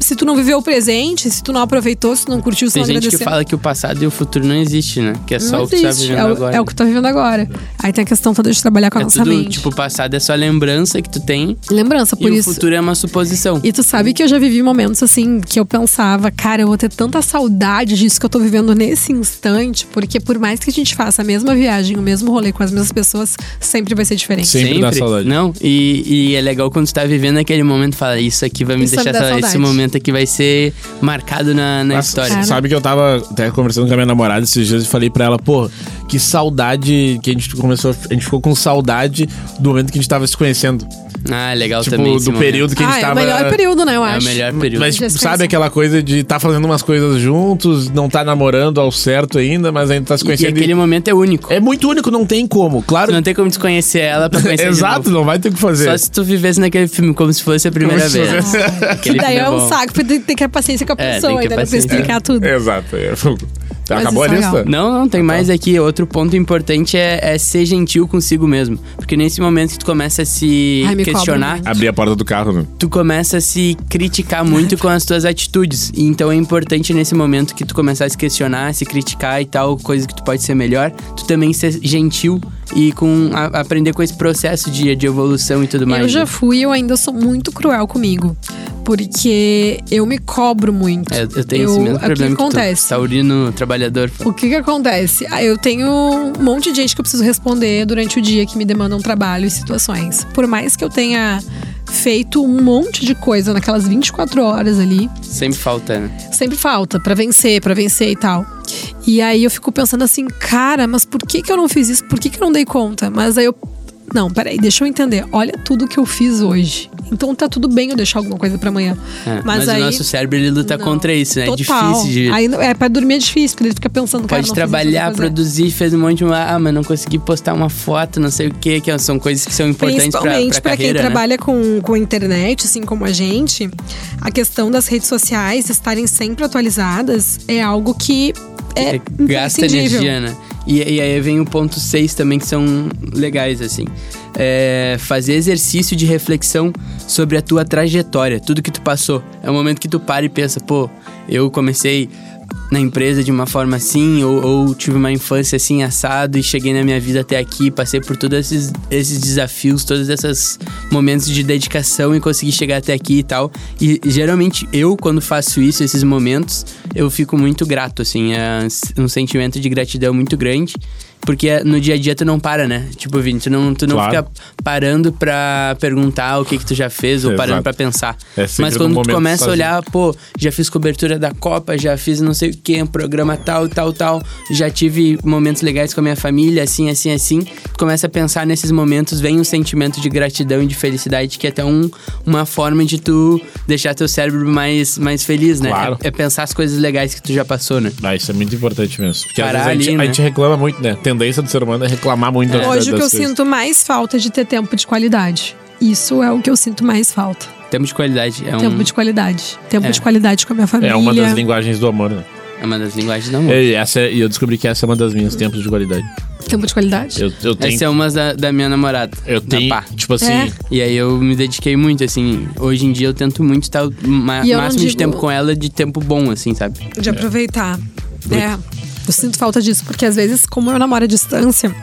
[SPEAKER 4] se tu não viveu o presente, se tu não aproveitou, se tu não curtiu, se tu
[SPEAKER 3] Tem
[SPEAKER 4] não
[SPEAKER 3] gente que
[SPEAKER 4] agradeceu.
[SPEAKER 3] fala que o passado e o futuro não existe, né? Que é só
[SPEAKER 4] Não
[SPEAKER 3] o que tu tá
[SPEAKER 4] existe,
[SPEAKER 3] vivendo
[SPEAKER 4] é o,
[SPEAKER 3] agora.
[SPEAKER 4] É o que tu tá vivendo agora. Aí tem a questão toda de trabalhar com a
[SPEAKER 3] É
[SPEAKER 4] nossa
[SPEAKER 3] tudo,
[SPEAKER 4] mente.
[SPEAKER 3] tipo, o passado é só lembrança que tu tem
[SPEAKER 4] Lembrança, por
[SPEAKER 3] e
[SPEAKER 4] isso.
[SPEAKER 3] o futuro é uma suposição.
[SPEAKER 4] E tu sabe que eu já vivi momentos assim que eu pensava, cara, eu vou ter tanta saudade disso que eu tô vivendo nesse instante, porque por mais que a gente faça a mesma viagem, o mesmo rolê com as mesmas pessoas, sempre vai ser diferente.
[SPEAKER 2] Sempre dá saudade.
[SPEAKER 3] Não, e, e é legal quando tu tá vivendo aquele momento, fala, isso aqui vai me
[SPEAKER 4] Isso
[SPEAKER 3] deixar
[SPEAKER 4] me dá
[SPEAKER 3] saudade. Esse
[SPEAKER 4] saudade.
[SPEAKER 3] momento aqui vai ser marcado na, na
[SPEAKER 2] Nossa,
[SPEAKER 3] história.
[SPEAKER 2] s- Sabe que eu tava até conversando com a minha namorada esses dias e falei pra ela, pô, que saudade que a gente começou. A gente ficou com saudade do momento que a gente tava se conhecendo.
[SPEAKER 3] Ah, legal
[SPEAKER 2] tipo,
[SPEAKER 3] também.
[SPEAKER 2] do
[SPEAKER 3] esse momento.
[SPEAKER 2] período que a
[SPEAKER 4] Ah,
[SPEAKER 2] gente
[SPEAKER 4] é o
[SPEAKER 2] tava.
[SPEAKER 4] melhor período, né, eu
[SPEAKER 3] É o
[SPEAKER 4] acho.
[SPEAKER 3] melhor período.
[SPEAKER 2] Mas tipo,
[SPEAKER 4] Já se
[SPEAKER 2] sabe
[SPEAKER 4] conhece.
[SPEAKER 2] aquela coisa de tá fazendo umas coisas juntos, não tá namorando ao certo ainda, mas ainda tá se
[SPEAKER 3] e, e
[SPEAKER 2] conhecendo.
[SPEAKER 3] aquele momento é único.
[SPEAKER 2] É muito único, não tem como.
[SPEAKER 3] Tu
[SPEAKER 2] Claro.
[SPEAKER 3] não tem como desconhecer ela pra conhecer de
[SPEAKER 2] Exato,
[SPEAKER 3] novo.
[SPEAKER 2] não vai ter o que fazer.
[SPEAKER 3] Só se tu vivesse naquele filme como se fosse a primeira
[SPEAKER 2] Como se
[SPEAKER 3] vez.
[SPEAKER 2] fosse-
[SPEAKER 3] Aquele
[SPEAKER 4] Que daí
[SPEAKER 3] filme
[SPEAKER 4] é um
[SPEAKER 3] né, bom.
[SPEAKER 4] saco, porque tem que ter paciência com
[SPEAKER 3] É,
[SPEAKER 4] a
[SPEAKER 3] tem
[SPEAKER 4] pessoa,
[SPEAKER 3] que ter
[SPEAKER 4] ainda não precisa
[SPEAKER 3] paciência.
[SPEAKER 4] explicar tudo.
[SPEAKER 2] Exato. é.
[SPEAKER 4] Mas
[SPEAKER 2] Acabou a
[SPEAKER 4] isso é
[SPEAKER 2] lista?
[SPEAKER 4] legal.
[SPEAKER 3] Não, não, tem
[SPEAKER 2] Tá.
[SPEAKER 3] mais aqui. Outro ponto importante é, é ser gentil consigo mesmo. Porque nesse momento que tu começa a se
[SPEAKER 4] Ai, me cobra,
[SPEAKER 3] questionar,
[SPEAKER 4] né?
[SPEAKER 2] Abrir a porta do carro, né?
[SPEAKER 3] tu começa a se criticar muito com as tuas atitudes. E Então é importante nesse momento que tu começar a se questionar, se criticar e tal, coisa que tu pode ser melhor, tu também ser gentil e com a- aprender com esse processo de, de evolução e tudo mais.
[SPEAKER 4] Eu já
[SPEAKER 3] né?
[SPEAKER 4] fui e eu ainda sou muito cruel comigo. Porque eu me cobro muito.
[SPEAKER 3] É, eu tenho esse
[SPEAKER 4] Eu-
[SPEAKER 3] mesmo
[SPEAKER 4] o que
[SPEAKER 3] problema que,
[SPEAKER 4] acontece?
[SPEAKER 3] tu, tá taurino, trabalhador.
[SPEAKER 4] O que que acontece? Ah, Eu tenho um monte de gente que eu preciso responder durante o dia que me demandam trabalho e situações. Por mais que eu tenha feito um monte de coisa naquelas 24 horas ali,
[SPEAKER 3] Sempre falta, né?
[SPEAKER 4] sempre falta pra vencer, pra vencer e tal. E aí eu fico pensando assim, cara, mas por que que eu não fiz isso? Por que que eu não dei conta? Mas aí eu não, peraí, deixa eu entender. Olha tudo que eu fiz hoje. Então tá tudo bem eu deixar alguma coisa pra amanhã.
[SPEAKER 3] É, mas
[SPEAKER 4] aí
[SPEAKER 3] o nosso cérebro ele luta
[SPEAKER 4] não.
[SPEAKER 3] contra isso, né? É
[SPEAKER 4] Total.
[SPEAKER 3] difícil de.
[SPEAKER 4] Aí, não- é, pra dormir é difícil, porque ele fica pensando,
[SPEAKER 3] Pode
[SPEAKER 4] cara, não fiz isso,
[SPEAKER 3] trabalhar,
[SPEAKER 4] não vou fazer.
[SPEAKER 3] produzir, fez um monte de. Ah, mas não consegui postar uma foto, não sei o quê, que são coisas que são importantes pra,
[SPEAKER 4] Principalmente
[SPEAKER 3] pra
[SPEAKER 4] pra quem
[SPEAKER 3] carreira, né?
[SPEAKER 4] trabalha com, com internet, assim como a gente, a questão das redes sociais estarem sempre atualizadas é algo que é,
[SPEAKER 3] É, gasta
[SPEAKER 4] imprescindível.
[SPEAKER 3] energia, né? E, e aí vem o ponto 6 também, que são legais, assim. É, fazer exercício de reflexão sobre a tua trajetória, tudo que tu passou. É o momento que tu para e pensa, pô, eu comecei na empresa de uma forma assim, ou, ou tive uma infância assim, assado, e cheguei na minha vida até aqui, passei por todos esses, esses desafios, todos esses momentos de dedicação e consegui chegar até aqui e tal. E geralmente eu, quando faço isso, esses momentos, eu fico muito grato, assim, é um sentimento de gratidão muito grande. Porque é, no dia a dia tu não para, né? Tipo, Vini, tu não, tu não
[SPEAKER 2] Claro.
[SPEAKER 3] fica parando pra perguntar o que que tu já fez ou
[SPEAKER 2] Exato.
[SPEAKER 3] parando pra pensar.
[SPEAKER 2] É sempre
[SPEAKER 3] Mas
[SPEAKER 2] no
[SPEAKER 3] quando tu
[SPEAKER 2] momento
[SPEAKER 3] começa a
[SPEAKER 2] sozinho.
[SPEAKER 3] olhar ah, pô, já fiz cobertura da Copa, já fiz não sei o que, um programa tal, tal, tal, já tive momentos legais com a minha família, assim, assim, assim. Começa a pensar nesses momentos, vem um sentimento de gratidão e de felicidade, que é até um, uma forma de tu deixar teu cérebro mais, mais feliz, né?
[SPEAKER 2] Claro.
[SPEAKER 3] É, é pensar as coisas legais que tu já passou, né?
[SPEAKER 2] Ah, isso é muito importante mesmo. Porque às
[SPEAKER 3] Parar
[SPEAKER 2] vezes a,
[SPEAKER 3] ali,
[SPEAKER 2] gente, a
[SPEAKER 3] né?
[SPEAKER 2] gente reclama muito, né? A tendência do ser humano é reclamar muito das, das
[SPEAKER 4] Hoje o que eu
[SPEAKER 2] coisas.
[SPEAKER 4] sinto mais falta é de ter tempo de qualidade. Isso é o que eu sinto mais falta.
[SPEAKER 3] Tempo de qualidade é, um-
[SPEAKER 4] Tempo de qualidade. Tempo
[SPEAKER 3] É.
[SPEAKER 4] de qualidade com a minha família.
[SPEAKER 2] É uma das linguagens do amor, né?
[SPEAKER 3] é uma das linguagens da música.
[SPEAKER 2] E essa é- e eu descobri que essa é uma das minhas tempos de qualidade.
[SPEAKER 4] Tempo de qualidade?
[SPEAKER 2] Eu, eu tenho.
[SPEAKER 3] Essa é uma da, da minha namorada.
[SPEAKER 2] eu
[SPEAKER 3] da
[SPEAKER 2] tenho.
[SPEAKER 3] Pá.
[SPEAKER 2] Tipo assim.
[SPEAKER 4] um É.
[SPEAKER 3] E aí eu me dediquei muito, assim. Hoje em dia eu tento muito estar o ma-
[SPEAKER 4] E eu não
[SPEAKER 3] máximo de
[SPEAKER 4] digo-
[SPEAKER 3] tempo com ela, de tempo bom, assim, sabe?
[SPEAKER 4] De aproveitar. É. Eu sinto falta disso, porque às vezes, como eu namoro à distância,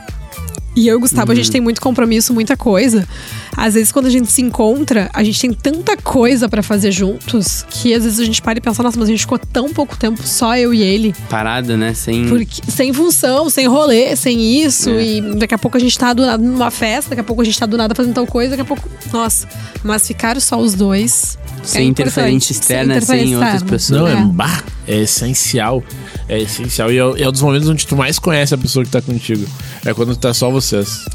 [SPEAKER 4] e eu e o Gustavo, a gente tem muito compromisso, muita coisa. Às vezes, quando a gente se encontra, a gente tem tanta coisa pra fazer juntos que às vezes a gente para e pensa, nossa, mas a gente ficou tão pouco tempo só eu e ele.
[SPEAKER 3] Parada, né? Sem.
[SPEAKER 4] Porque, sem função, sem rolê, sem isso.
[SPEAKER 3] É.
[SPEAKER 4] E daqui a pouco a gente tá do nada numa festa, daqui a pouco a gente tá do nada fazendo tal coisa, daqui a pouco. Nossa, mas ficaram só os dois.
[SPEAKER 3] Sem
[SPEAKER 4] é importante.
[SPEAKER 3] interferência externa, sem outras pessoas.
[SPEAKER 2] Não, é,
[SPEAKER 4] É.
[SPEAKER 2] bah, é essencial. É essencial. E é, o- é um dos momentos onde tu mais conhece a pessoa que tá contigo. É quando tá só vocês.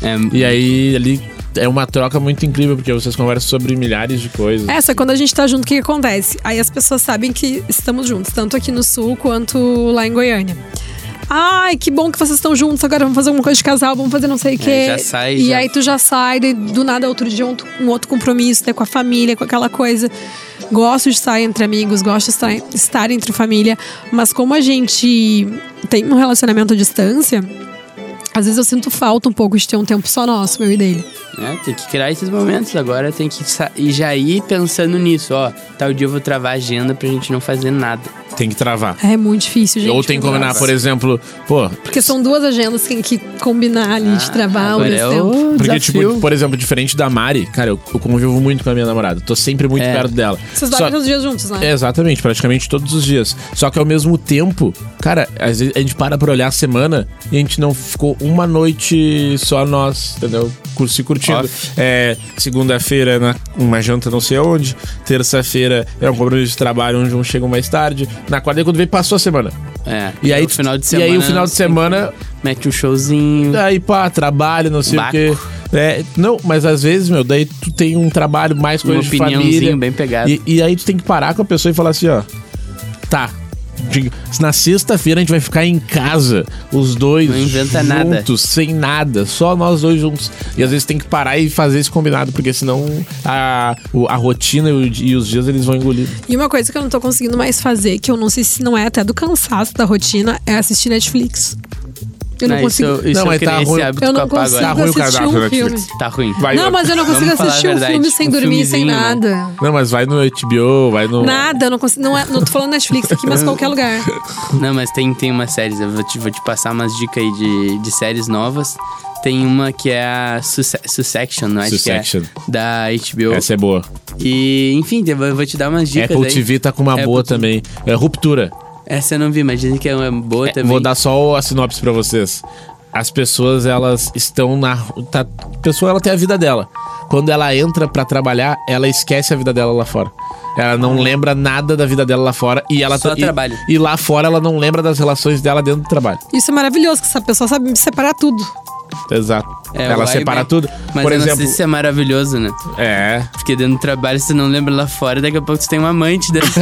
[SPEAKER 3] É.
[SPEAKER 2] E aí ali é uma troca muito incrível, porque vocês conversam sobre milhares de coisas.
[SPEAKER 4] É, só quando a gente tá junto, o que, que acontece? Aí as pessoas sabem que estamos juntos, tanto aqui no sul quanto lá em Goiânia. Ai, que bom que vocês estão juntos, agora vamos fazer alguma coisa de casal, vamos fazer não sei o quê.
[SPEAKER 3] É, já sai,
[SPEAKER 4] e
[SPEAKER 3] já-
[SPEAKER 4] aí tu já sai, daí do nada outro dia um, um outro compromisso, né, com a família, com aquela coisa. Gosto de estar entre amigos, gosto de estar, estar entre família, mas como a gente tem um relacionamento à distância, às vezes eu sinto falta um pouco de ter um tempo só nosso, meu e dele.
[SPEAKER 3] né? Tem que criar esses momentos agora, tem que sa- e já ir pensando nisso, ó. Tal dia eu vou travar a agenda pra gente não fazer nada.
[SPEAKER 2] Tem que travar.
[SPEAKER 4] É muito difícil, gente.
[SPEAKER 2] Ou tem que
[SPEAKER 4] meu Deus.
[SPEAKER 2] combinar, por exemplo, pô.
[SPEAKER 4] Porque são duas agendas que tem que combinar ali de trabalho.
[SPEAKER 3] agora é o
[SPEAKER 2] Porque,
[SPEAKER 3] desafio.
[SPEAKER 2] tipo, por exemplo, diferente da Mari, cara, eu, eu convivo muito com a minha namorada. Tô sempre muito
[SPEAKER 3] É.
[SPEAKER 2] perto dela.
[SPEAKER 4] Vocês
[SPEAKER 2] Só-
[SPEAKER 4] dormem todos os dias juntos, né?
[SPEAKER 2] É, Exatamente, praticamente todos os dias. Só que ao mesmo tempo, cara, às vezes a gente para pra olhar a semana e a gente não ficou uma noite só nós, entendeu? Cur- Se curtindo.
[SPEAKER 3] Off.
[SPEAKER 2] É, segunda-feira, na- uma janta não sei aonde. Terça-feira é um compromisso de trabalho onde um chega mais tarde. Na quarta, quando vem, passou a semana.
[SPEAKER 3] É.
[SPEAKER 2] E aí,
[SPEAKER 3] o final de
[SPEAKER 2] e
[SPEAKER 3] semana.
[SPEAKER 2] aí o final de semana, É,
[SPEAKER 3] Mete um showzinho.
[SPEAKER 2] aí pá, trabalho, não sei
[SPEAKER 3] Baco.
[SPEAKER 2] o quê. É, não, mas às vezes, meu, daí tu tem um trabalho mais
[SPEAKER 3] Uma
[SPEAKER 2] coisa de
[SPEAKER 3] opiniãozinho
[SPEAKER 2] família.
[SPEAKER 3] bem pegado.
[SPEAKER 2] E, e aí tu tem que parar com a pessoa e falar assim, ó. Tá, de- na sexta-feira a gente vai ficar em casa, os dois
[SPEAKER 3] Não inventa
[SPEAKER 2] juntos,
[SPEAKER 3] nada.
[SPEAKER 2] sem nada, só nós dois juntos. E às vezes tem que parar e fazer esse combinado, porque senão a, o- a rotina e, o- e os dias eles vão engolir.
[SPEAKER 4] E uma coisa que eu não tô conseguindo mais fazer, que eu não sei se não é até do cansaço da rotina, é assistir Netflix. Eu não,
[SPEAKER 3] Ah, isso
[SPEAKER 4] consigo.
[SPEAKER 3] eu- Isso,
[SPEAKER 2] Não,
[SPEAKER 3] eu
[SPEAKER 2] mas
[SPEAKER 3] criei
[SPEAKER 2] tá
[SPEAKER 3] esse
[SPEAKER 2] ruim.
[SPEAKER 3] hábito
[SPEAKER 4] Eu
[SPEAKER 3] com
[SPEAKER 4] não
[SPEAKER 3] a Pá agora.
[SPEAKER 4] consigo
[SPEAKER 2] Tá ruim o
[SPEAKER 4] assistir
[SPEAKER 2] cardápio da
[SPEAKER 4] um filme.
[SPEAKER 2] Netflix.
[SPEAKER 3] Tá ruim.
[SPEAKER 2] Vai,
[SPEAKER 4] Não, mas eu não consigo
[SPEAKER 3] Vamos falar a
[SPEAKER 4] assistir um
[SPEAKER 3] verdade,
[SPEAKER 4] filme sem
[SPEAKER 3] um
[SPEAKER 4] dormir, sem
[SPEAKER 3] filmezinho, né?
[SPEAKER 4] nada.
[SPEAKER 2] Não, mas vai no HBO, vai no.
[SPEAKER 4] Nada, eu não consigo. Não, é, não tô falando Netflix aqui, mas qualquer lugar.
[SPEAKER 3] Não, mas tem, tem umas séries. Eu vou te, vou te passar umas dicas aí de, de séries novas. Tem uma que é a Suce- Succession, não é? Acho que é,
[SPEAKER 2] Succession.
[SPEAKER 3] da HBO.
[SPEAKER 2] Essa é boa.
[SPEAKER 3] E, enfim, eu vou eu vou te dar umas dicas
[SPEAKER 2] Apple
[SPEAKER 3] aí.
[SPEAKER 2] TV tá com uma
[SPEAKER 3] Apple
[SPEAKER 2] boa
[SPEAKER 3] TV.
[SPEAKER 2] também. É Ruptura.
[SPEAKER 3] Essa eu não vi, mas dizem que é uma boa também.
[SPEAKER 2] Vou dar só a sinopse pra vocês. As pessoas, elas estão na. Tá, a pessoa, ela tem a vida dela. Quando ela entra pra trabalhar, ela esquece a vida dela lá fora. Ela não lembra nada da vida dela lá fora e ela
[SPEAKER 3] Só
[SPEAKER 2] tá- e-
[SPEAKER 3] trabalho.
[SPEAKER 2] E, lá fora ela não lembra das relações dela dentro do trabalho.
[SPEAKER 4] Isso é maravilhoso, que essa pessoa sabe separar tudo.
[SPEAKER 2] Exato.
[SPEAKER 3] É,
[SPEAKER 2] ela
[SPEAKER 3] o
[SPEAKER 2] separa
[SPEAKER 3] Iber-
[SPEAKER 2] tudo.
[SPEAKER 3] Mas
[SPEAKER 2] Por
[SPEAKER 3] eu
[SPEAKER 2] exemplo,
[SPEAKER 3] não sei se isso é maravilhoso, né?
[SPEAKER 2] é.
[SPEAKER 3] Porque dentro do trabalho você não lembra lá fora, daqui a pouco você tem um amante dentro.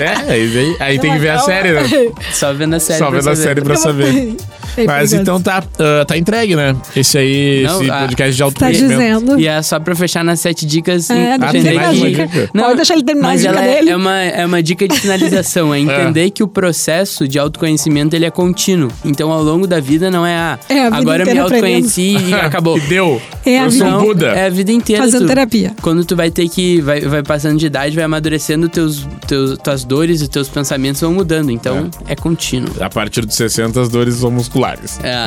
[SPEAKER 2] É, aí, aí tem que ver a
[SPEAKER 4] Calma.
[SPEAKER 2] série, né?
[SPEAKER 3] Só vendo a série.
[SPEAKER 2] Só
[SPEAKER 3] pra
[SPEAKER 2] vendo a
[SPEAKER 3] saber.
[SPEAKER 2] série pra saber.
[SPEAKER 4] É
[SPEAKER 2] Mas
[SPEAKER 4] perigoso.
[SPEAKER 2] então tá, ah, tá entregue, né? Esse aí,
[SPEAKER 3] Não,
[SPEAKER 2] esse
[SPEAKER 3] a-
[SPEAKER 2] podcast de
[SPEAKER 4] Tá
[SPEAKER 2] autoconhecimento.
[SPEAKER 4] dizendo.
[SPEAKER 3] E é só pra fechar nas sete dicas.
[SPEAKER 4] É, deixa
[SPEAKER 2] ele
[SPEAKER 3] entender
[SPEAKER 2] terminar a
[SPEAKER 3] que-
[SPEAKER 2] dica.
[SPEAKER 4] Pode deixar ele terminar a
[SPEAKER 3] mas
[SPEAKER 4] dica
[SPEAKER 3] ela é-
[SPEAKER 4] dele.
[SPEAKER 3] É uma, é uma dica de finalização, é entender que o processo de autoconhecimento ele é contínuo. Então ao longo da vida não é ah,
[SPEAKER 4] É, a vida
[SPEAKER 3] agora eu me
[SPEAKER 4] inteira aprendendo."
[SPEAKER 3] autoconheci e acabou.
[SPEAKER 2] E deu.
[SPEAKER 4] É a
[SPEAKER 2] Eu
[SPEAKER 4] vida.
[SPEAKER 2] sou um Buda.
[SPEAKER 3] É a vida inteira.
[SPEAKER 4] Fazendo
[SPEAKER 3] tu-
[SPEAKER 4] terapia.
[SPEAKER 3] Quando tu vai ter que. Vai, vai passando de idade, vai amadurecendo, teus, teus, tuas dores e teus pensamentos vão mudando. Então é, contínuo.
[SPEAKER 2] A partir dos 60, as dores são musculares.
[SPEAKER 3] É.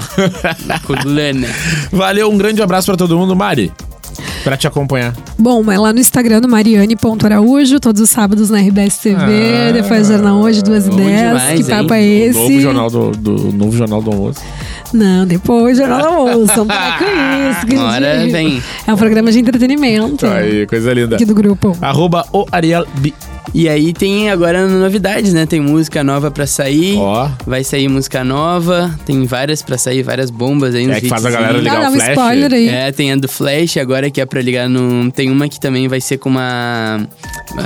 [SPEAKER 3] Codulana.
[SPEAKER 2] Valeu, um grande abraço pra todo mundo, Mari. Pra te acompanhar.
[SPEAKER 4] Bom, é lá no Instagram, no mariane.araújo, todos os sábados na RBS TV, depois do Jornal Hoje, 2 e
[SPEAKER 3] Ah, bom
[SPEAKER 4] 10.
[SPEAKER 3] demais,
[SPEAKER 4] Que papo
[SPEAKER 3] hein?
[SPEAKER 4] é
[SPEAKER 2] Novo
[SPEAKER 4] esse?
[SPEAKER 2] jornal do, do- novo jornal do almoço.
[SPEAKER 4] Não, depois Jornal da Almoço. Vamos parar com isso, querido.
[SPEAKER 3] Agora vem.
[SPEAKER 4] É um programa de entretenimento
[SPEAKER 2] Aí, coisa linda.
[SPEAKER 4] É. aqui do grupo.
[SPEAKER 3] Ah,
[SPEAKER 2] Arroba o Ariel Bi.
[SPEAKER 3] E aí tem agora novidades, né? Tem música nova pra sair.
[SPEAKER 2] Ó.
[SPEAKER 3] Vai sair música nova. Tem várias pra sair, várias bombas aí nos
[SPEAKER 2] É que faz a
[SPEAKER 3] hitzinhos.
[SPEAKER 2] galera ligar
[SPEAKER 4] Ah, dá
[SPEAKER 2] o
[SPEAKER 4] um
[SPEAKER 2] flash.
[SPEAKER 4] spoiler aí.
[SPEAKER 3] É, tem a do Flash agora que é pra ligar no. Tem uma que também vai ser com uma.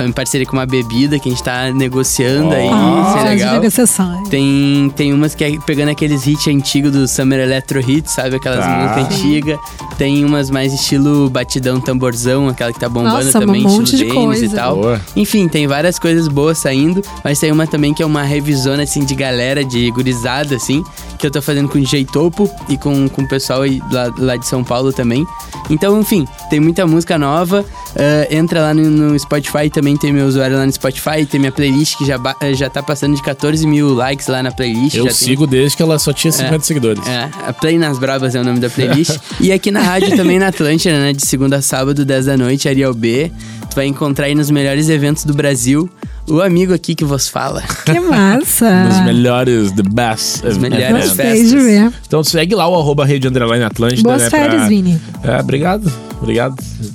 [SPEAKER 3] Em parceria com uma bebida que a gente tá negociando aí. Isso é
[SPEAKER 4] Ah, de
[SPEAKER 3] legal.
[SPEAKER 4] negociação.
[SPEAKER 3] Tem, tem umas que é pegando aqueles hits antigos do Summer Electro Hits, sabe? Aquelas
[SPEAKER 2] Tá.
[SPEAKER 3] músicas antigas. Tem umas mais estilo batidão tamborzão, aquela que tá bombando
[SPEAKER 4] Nossa, um
[SPEAKER 3] também,
[SPEAKER 4] monte de
[SPEAKER 3] estilo James
[SPEAKER 4] coisa.
[SPEAKER 3] e tal.
[SPEAKER 2] Boa.
[SPEAKER 3] Enfim, tem várias coisas boas saindo, mas tem uma também que é uma revisona, assim, de galera, de gurizada, assim, que eu tô fazendo com o DJ Topo e com, com o pessoal aí lá, lá de São Paulo também. Então, enfim, tem muita música nova. Ah, entra lá no, no Spotify, também tem meu usuário lá no Spotify, tem minha playlist que já, ba- eh, já tá passando de 14 mil likes lá na playlist.
[SPEAKER 2] Eu
[SPEAKER 3] já tem-
[SPEAKER 2] sigo desde que ela só tinha 50 seguidores.
[SPEAKER 3] é, a Play nas Brabas é o nome da playlist. e aqui na rádio também, na Atlântida, né? De segunda a sábado, 10 da noite, Ariel B. Tu vai encontrar aí nos melhores eventos do Brasil o amigo aqui que vos fala.
[SPEAKER 4] Que
[SPEAKER 2] Nos
[SPEAKER 4] massa.
[SPEAKER 2] melhores, the best. É. Os
[SPEAKER 3] melhores.
[SPEAKER 4] Gostei de
[SPEAKER 3] festas.
[SPEAKER 4] ver.
[SPEAKER 2] Então segue lá o arroba rede underline Atlântida.
[SPEAKER 4] Boas
[SPEAKER 2] né,
[SPEAKER 4] férias,
[SPEAKER 2] pra-
[SPEAKER 4] Vini.
[SPEAKER 2] É, obrigado. Obrigado.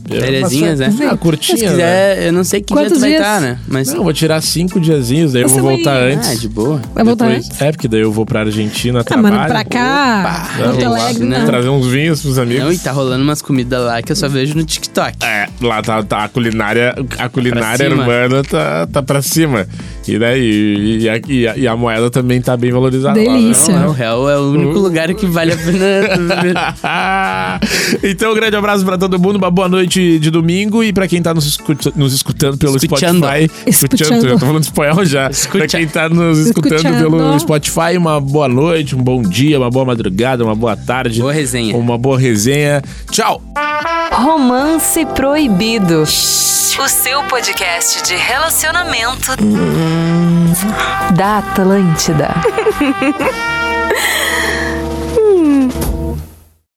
[SPEAKER 2] Eu-
[SPEAKER 3] Fériasinhas, né?
[SPEAKER 2] Ah, curtinha,
[SPEAKER 3] Se
[SPEAKER 2] né?
[SPEAKER 3] quiser, eu não sei que
[SPEAKER 4] Quantos
[SPEAKER 3] dia tu vai
[SPEAKER 4] dias?
[SPEAKER 3] estar, né? Mas.
[SPEAKER 2] Não, eu vou tirar cinco diazinhos, daí eu
[SPEAKER 4] Você
[SPEAKER 2] vou
[SPEAKER 4] vai- né?
[SPEAKER 2] voltar antes.
[SPEAKER 3] Ah, de boa.
[SPEAKER 4] Vai voltar
[SPEAKER 2] Depois-
[SPEAKER 4] antes?
[SPEAKER 2] É, porque daí eu vou pra Argentina
[SPEAKER 4] Ah,
[SPEAKER 2] trabalho.
[SPEAKER 4] mano, pra cá.
[SPEAKER 3] Opa,
[SPEAKER 4] Porto
[SPEAKER 3] gente,
[SPEAKER 4] Alegre,
[SPEAKER 3] né?
[SPEAKER 4] não.
[SPEAKER 2] Trazer uns vinhos pros amigos.
[SPEAKER 3] Não, e tá rolando umas comidas lá que eu só vejo no TikTok.
[SPEAKER 2] É, lá tá, tá a culinária, a culinária
[SPEAKER 3] Pra cima.
[SPEAKER 2] urbana tá, tá pra cima. E daí, e a, e a- e a moeda também tá bem valorizada.
[SPEAKER 4] Delícia.
[SPEAKER 3] Não, não, o réu é o
[SPEAKER 2] Uhum.
[SPEAKER 3] único lugar que vale a pena.
[SPEAKER 2] Lá, né? então, um grande abraço pra todo mundo, uma boa noite de domingo. E pra quem tá nos, escuta- nos escutando pelo
[SPEAKER 3] Escuchando.
[SPEAKER 2] Spotify.
[SPEAKER 4] Escuchando.
[SPEAKER 2] já tô falando espanhol já. Pra
[SPEAKER 3] Escucha.
[SPEAKER 2] quem tá nos escutando
[SPEAKER 4] Escuchando.
[SPEAKER 2] pelo Spotify, uma boa noite, um bom dia, uma boa madrugada, uma boa tarde.
[SPEAKER 3] Boa resenha.
[SPEAKER 2] Uma boa resenha. Tchau!
[SPEAKER 1] Romance Proibido. O seu podcast de relacionamento da Atlântida.